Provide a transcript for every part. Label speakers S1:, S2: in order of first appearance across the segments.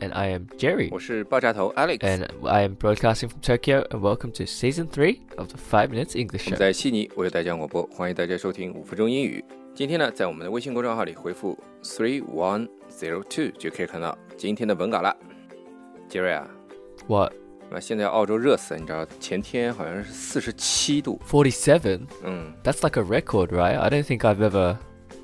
S1: and I am Jerry,
S2: 我是爆炸头 Alex，
S1: and I am broadcasting from Tokyo, and welcome to season three of the Five Minutes English
S2: 我们
S1: Show.
S2: 在悉尼为大家广播，欢迎大家收听五分钟英语。今天呢，在我们的微信公众号里回复 three one zero two 就可以看到今天的文稿了。杰瑞啊，
S1: What?
S2: 那现在澳洲热死了，你知道前天好像是四十七度，
S1: Forty-seven?
S2: 嗯，
S1: That's like a record, right? I don't think I've ever.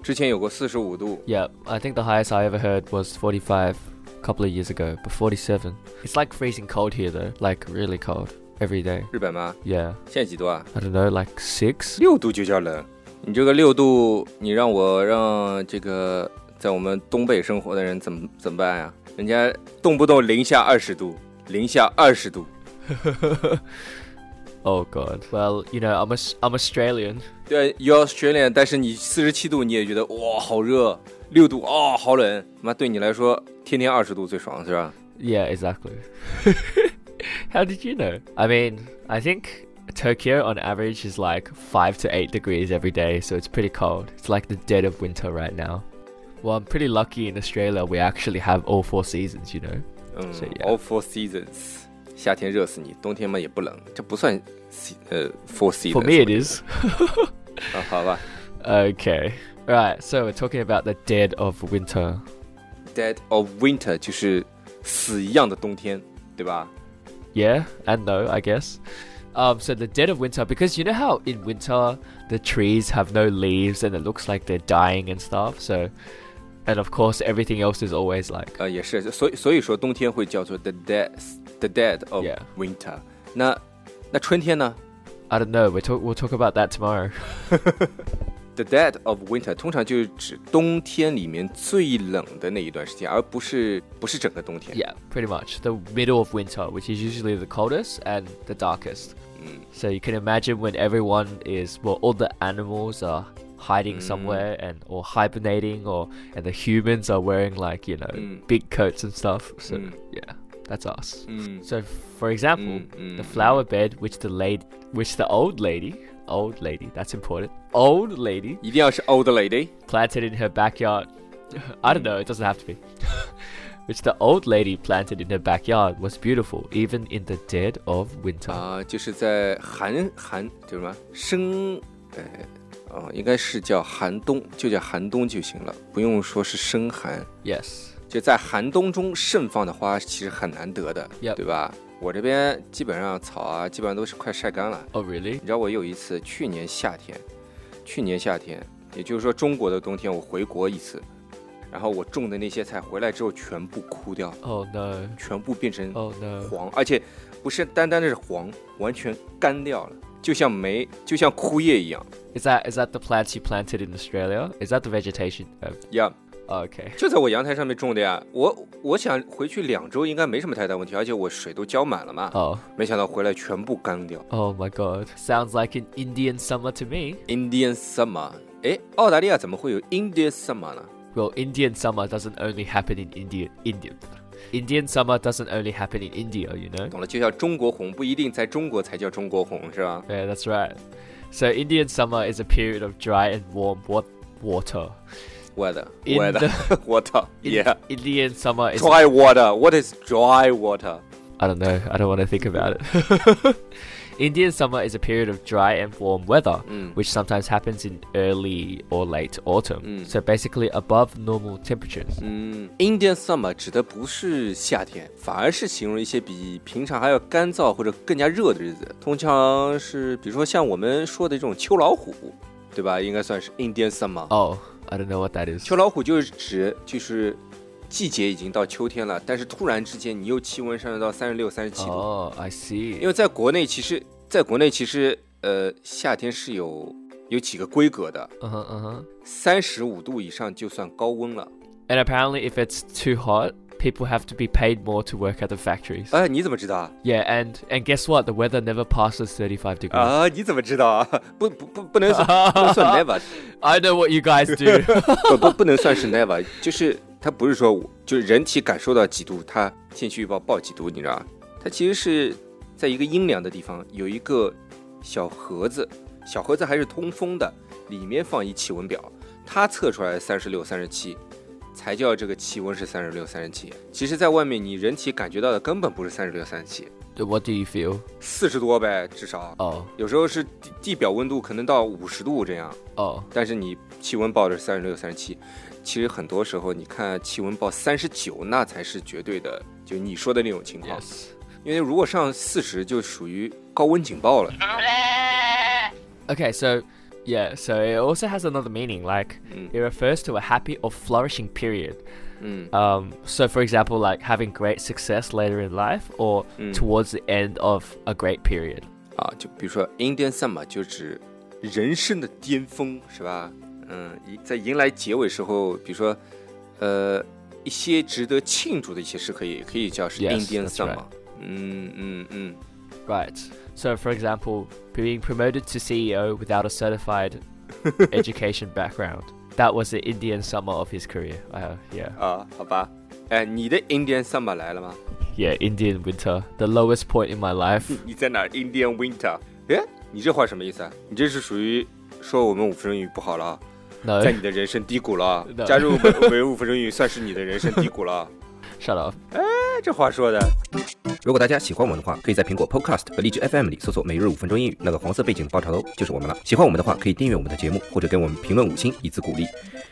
S2: 之前有过四十五度，
S1: Yeah, I think the highest I ever heard was forty-five a couple of years ago, but forty-seven. It's like freezing cold here, though. Like really cold every day.
S2: 日本吗？
S1: Yeah,
S2: 现在几度啊？
S1: I don't know, like six.
S2: 六度就叫冷。你这个六度，你让我让这个在我们东北生活的人怎么怎么办呀、人家动不动零下二十度，零下二十度。
S1: Oh god. Well, you know, I'm a, I'm Australian.
S2: 对，You're Australian，但是你四十七度你也觉得哇好热，六度哦好冷，妈对你来说天天二十度最爽是吧？
S1: Yeah, exactly. How did you know? I mean, I think Tokyo on average is like 5 to 8 degrees every day, so it's pretty cold. It's like the dead of winter right now. Well, I'm pretty lucky in Australia, we actually have all four seasons, you know?
S2: 嗯
S1: 是呀
S2: ，All four seasons，夏天热死你，冬天嘛也不冷，这不算 se- 呃 four seasons。
S1: For me, it is.
S2: 啊，好吧
S1: Okay. Right, so we're talking about the dead of winter.
S2: ，Dead of winter 就是死一样的冬天，对吧？
S1: Yeah, and no, I guess. Um, so the dead of winter, because you know how in winter the trees have no leaves and it looks like they're dying and stuff. So, and of course everything else is always like
S2: 呃，也是，所以所以说冬天会叫做 the dead the dead of
S1: Yeah.
S2: winter。那那春天呢
S1: I don't know. We talk. We'll talk about that tomorrow.
S2: The dead of winter 通常就是指冬天里面最冷的那一段时间，而不是不是整个冬天。
S1: Yeah, pretty much the middle of winter, which is usually the coldest and the darkest.
S2: Mm.
S1: So you can imagine when everyone is well, all the animals are hiding
S2: Mm.
S1: somewhere and or hibernating, or and the humans are wearing like you know
S2: Mm.
S1: big coats and stuff. So
S2: Mm.
S1: yeah, that's us.
S2: 嗯
S1: So, for example,
S2: Mm, mm,
S1: the flower bed, which the lady, which the old lady, old lady, that's important, old lady
S2: 一定要是 old lady。
S1: planted in her backyard. I don't know, it doesn't have to be. which the old lady planted in her backyard was beautiful, even in the dead of winter.
S2: 啊、就是在寒寒叫什么生，呃，哦，应该是叫寒冬，就叫寒冬就行了，不用说是生寒。
S1: yes.
S2: 就在寒冬中盛放的花，其实很难得的
S1: Yep
S2: 对吧？我这边基本上草啊，基本上都是快晒干了。
S1: Oh, really?
S2: 你知道我有一次，去年夏天，去年夏天，也就是说中国的冬天，我回国一次，然后我种的那些菜回来之后全部枯掉，
S1: Oh no.
S2: 全部变成
S1: Oh no.
S2: 黄，而且不是单单的是黄，完全干掉了，就像没，就像枯叶一样。
S1: Is that is that the plants you planted in Australia? Is that the vegetation? Oh,
S2: 呀、
S1: okay.
S2: 就在我阳台上面种的呀。我我想回去两周应该没什么太大问题，而且我水都浇满了嘛。
S1: Oh.
S2: 没想到回来全部干掉。
S1: Oh my god. Sounds like an Indian summer to me.
S2: Indian summer，哎，澳大利亚怎么会有 Indian summer 呢？
S1: Well, Indian summer doesn't only happen in India. Indian. Indian summer doesn't only happen in India, you know?
S2: 懂了，就叫中国红，不一定在中国才叫中国红，是吧？
S1: Yeah, that's right. So, Indian summer is a period of dry and warm wa- water.
S2: 我的，
S1: In
S2: 我的， 我操
S1: In-
S2: ，Yeah，dry
S1: Indian summer is.
S2: water，what is dry water？
S1: I don't know. I don't want to think about it. Indian summer is a period of dry and warm weather, which sometimes happens in early or late autumn. So, basically, above normal temperatures.
S2: 嗯，Indian summer 指的不是夏天，反而是形容一些比平常还要干燥或者更加热的日子，通常是比如说像我们说的这种秋老虎，对吧？应该算是 Indian summer。
S1: Oh, I don't know what that is.
S2: 秋老虎就是指就是季节已经到秋天了，但是突然之间你又气温上升到三十六、三十七
S1: 哦
S2: 度。
S1: Oh, I see.
S2: 因为在国内其实，在国内其实，呃，夏天是有有几个规格的，
S1: Uh huh. Uh huh.
S2: 三十五度以上就算高温了。
S1: And apparently, if it's too hot, people have to be paid more to work at the factories.
S2: 哎，你怎么知道啊？
S1: yeah, and and guess what? The weather never passes 35 degrees.
S2: 啊，你怎么知道啊？ 不不不，不能算，不能算 never，
S1: I know what you guys do.
S2: 不不不能算是 never，就是它不是说我就是人体感受到几度，它天气预报报几度，你知道吧？它其实是在一个阴凉的地方有一个小盒子，小盒子还是通风的，里面放一气温表，它测出来三十六、三十七，才叫这个气温是三十六、三十七。其实，在外面你人体感觉到的根本不是三十六、三十七，
S1: what do you feel?
S2: 四十多呗，至少。
S1: Oh,
S2: 有时候是地地表温度可能到五十度这样，
S1: oh,
S2: 但是你气温报的是三十六、三十七，其实很多时候你看气温报三十九，那才是绝对的，就你说的那种情况。
S1: yes.
S2: 因为如果上四十，就属于高温警报了。
S1: Okay, so yeah, so it also has another meaning. Like
S2: Mm.
S1: it refers to a happy or flourishing period.
S2: 嗯
S1: Um, so for example, like having great success later in life or
S2: Mm.
S1: towards the end of a great period.
S2: 啊，就比如说 Indian summer 就指人生的巅峰，是吧？嗯，一在迎来结尾时候，比如说，呃，一些值得庆祝的一些事，可以可以叫是
S1: Yes,
S2: Indian
S1: that's right.
S2: summer。嗯嗯嗯
S1: Right. So for example, being promoted to CEO without a certified education background. That was the Indian summer of his career. Uh, yeah.
S2: 啊，好吧。哎，你的 Indian summer 来了吗？
S1: Yeah, Indian winter. The lowest point in my life.
S2: 你在哪儿？Indian winter？哎，你这话什么意思啊？你这是属于说我们五分钟英语不好了啊，在
S1: No.
S2: 你的人生低谷了啊
S1: No.，
S2: 加 入我们五分钟英语算是你的人生低谷了啊。
S1: Shut up.
S2: 哎这话说的。如果大家喜欢我们的话，可以在苹果 Podcast 和荔枝 FM 里搜索“每日五分钟英语”，那个黄色背景的爆炒头就是我们了。喜欢我们的话，可以订阅我们的节目，或者给我们评论五星以资鼓励。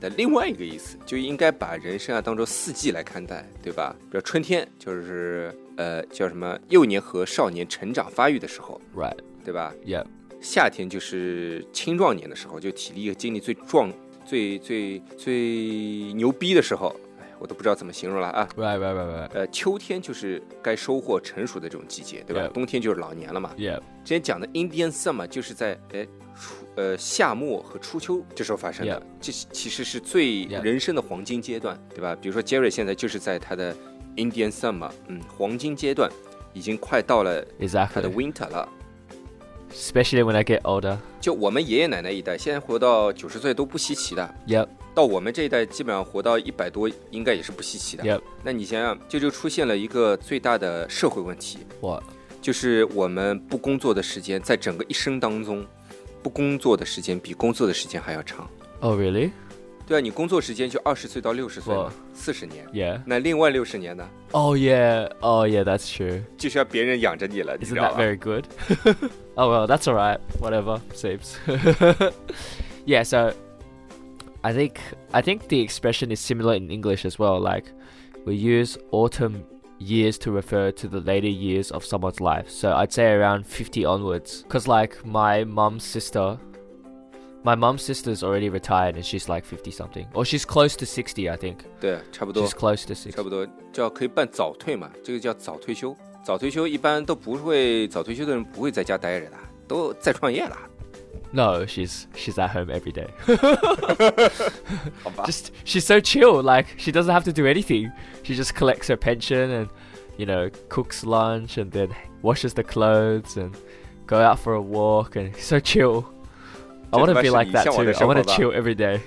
S2: 的另外一个意思，就应该把人生啊当做四季来看待，对吧？比如春天就是呃叫什么幼年和少年成长发育的时候，
S1: Right.
S2: 对吧？
S1: Yeah.
S2: 夏天就是青壮年的时候，就体力和精力最壮、最最最牛逼的时候。哎，我都不知道怎么形容了啊。
S1: Right. Right. Right. Right.
S2: 呃，秋天就是该收获成熟的这种季节，对吧
S1: Yeah.
S2: 冬天就是老年了嘛。
S1: Yeah.
S2: 之前讲的 Indian Summer 就是在哎初呃夏末和初秋这时候发生的
S1: Yeah.
S2: 这是其实是最
S1: Yeah.
S2: 人生的黄金阶段，对吧？比如说 Jerry 现在就是在他的 Indian Summer，嗯，黄金阶段已经快到了他的
S1: Exactly.
S2: Winter 了。
S1: Especially when I get older.
S2: 就我们爷爷奶奶一代，现在活到九十岁都不稀奇的。
S1: Yep.
S2: 到我们这一代，基本上活到一百多，应该也是不稀奇的。
S1: Yep.
S2: 那你想想，这就出现了一个最大的社会问题，
S1: What?
S2: 就是我们不工作的时间，在整个一生当中，不工作的时间比工作的时间还要长。
S1: Oh, really?
S2: 对啊，你工作时间就二十岁到六十岁
S1: 哇
S2: 嘛，四十年。
S1: Yeah.
S2: 那另外六十年呢，
S1: Oh, yeah. Oh, yeah. That's true.
S2: 就是要别人养着你了，你知
S1: Isn't
S2: 道
S1: that
S2: 吧？
S1: very good? oh well, that's all right. Whatever, saves. yeah, so I think I think the expression is similar in English as well. Like we use autumn years to refer to the later years of someone's life. So I'd say around 50 onwards cuz like my mum's sister my mum's sister's already retired and she's like 50 something or she's close to 60, I think.
S2: 对，差不多
S1: She's。close to
S2: 差
S1: 60.
S2: 不多叫可以办早退嘛，这个叫早退休。早退休一般都不会，早退休的人不会在家待着的，都在创业了。
S1: No, she's she's at home every day.
S2: 好吧
S1: just she's so chill like she doesn't have to do anything she just collects her pension and you know cooks lunch and then washes the clothes and go out for a walk and so chill i
S2: Just
S1: want to be
S2: imagine
S1: like
S2: you
S1: that
S2: sound like a
S1: too i want to
S2: shopaholic.
S1: chill every day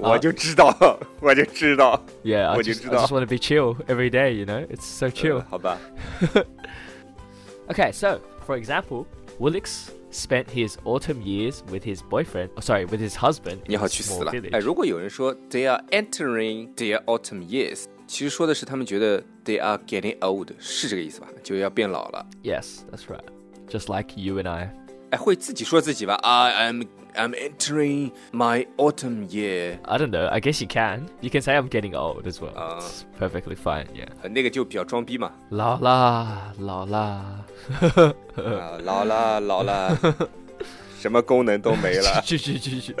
S2: 我就知道， 我就知道，
S1: yeah i
S2: What do you
S1: just,
S2: do
S1: I
S2: now?
S1: just want to be chill every day you know it's so chill
S2: 呃好吧，
S1: Okay, so for example, Woolix spent his autumn years with his boyfriend, oh, sorry, with his husband. in
S2: 你好
S1: a
S2: 去
S1: small
S2: 死了。
S1: village.
S2: 哎，如果有人说 they are entering their autumn years，其实说的是他们觉得 they are getting old，是这个意思吧？就要变老了。
S1: Yes, that's right. Just like you and I.
S2: 哎，会自己说自己吧？I am I'm entering my autumn year。
S1: I don't know. I guess you can. You can say I'm getting old as well. it's perfectly fine. Yeah.
S2: 呃那个就比较装逼嘛，
S1: 老啦，老啦，
S2: 啊，老了老了， 什么功能都没了。
S1: 去去去去。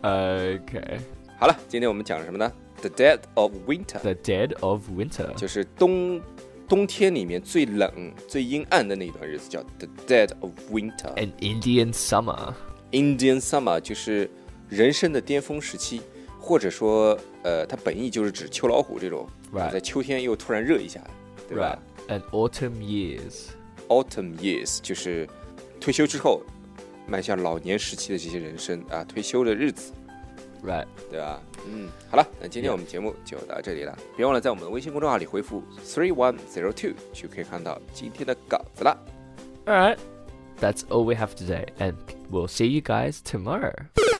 S1: Okay.
S2: 好了，今天我们讲什么呢？The Dead of Winter，
S1: The dead of winter.
S2: 就是冬冬天里面最冷、最阴暗的那一段日子，叫 The Dead of Winter。
S1: An Indian summer.
S2: Indian Summer 就是人生的巅峰时期，或者说，呃，它本意就是指秋老虎这种
S1: Right
S2: 在秋天又突然热一下，对吧
S1: Right. And autumn years.
S2: Autumn years 就是退休之后迈向老年时期的这些人生啊，退休的日子，
S1: Right.
S2: 对吧？嗯，好了，那今天我们节目就到这里了，别忘了在我们的微信公众号里回复 three one zero two 就可以看到今天的稿子了。
S1: All right. That's all we have today, and we'll see you guys tomorrow.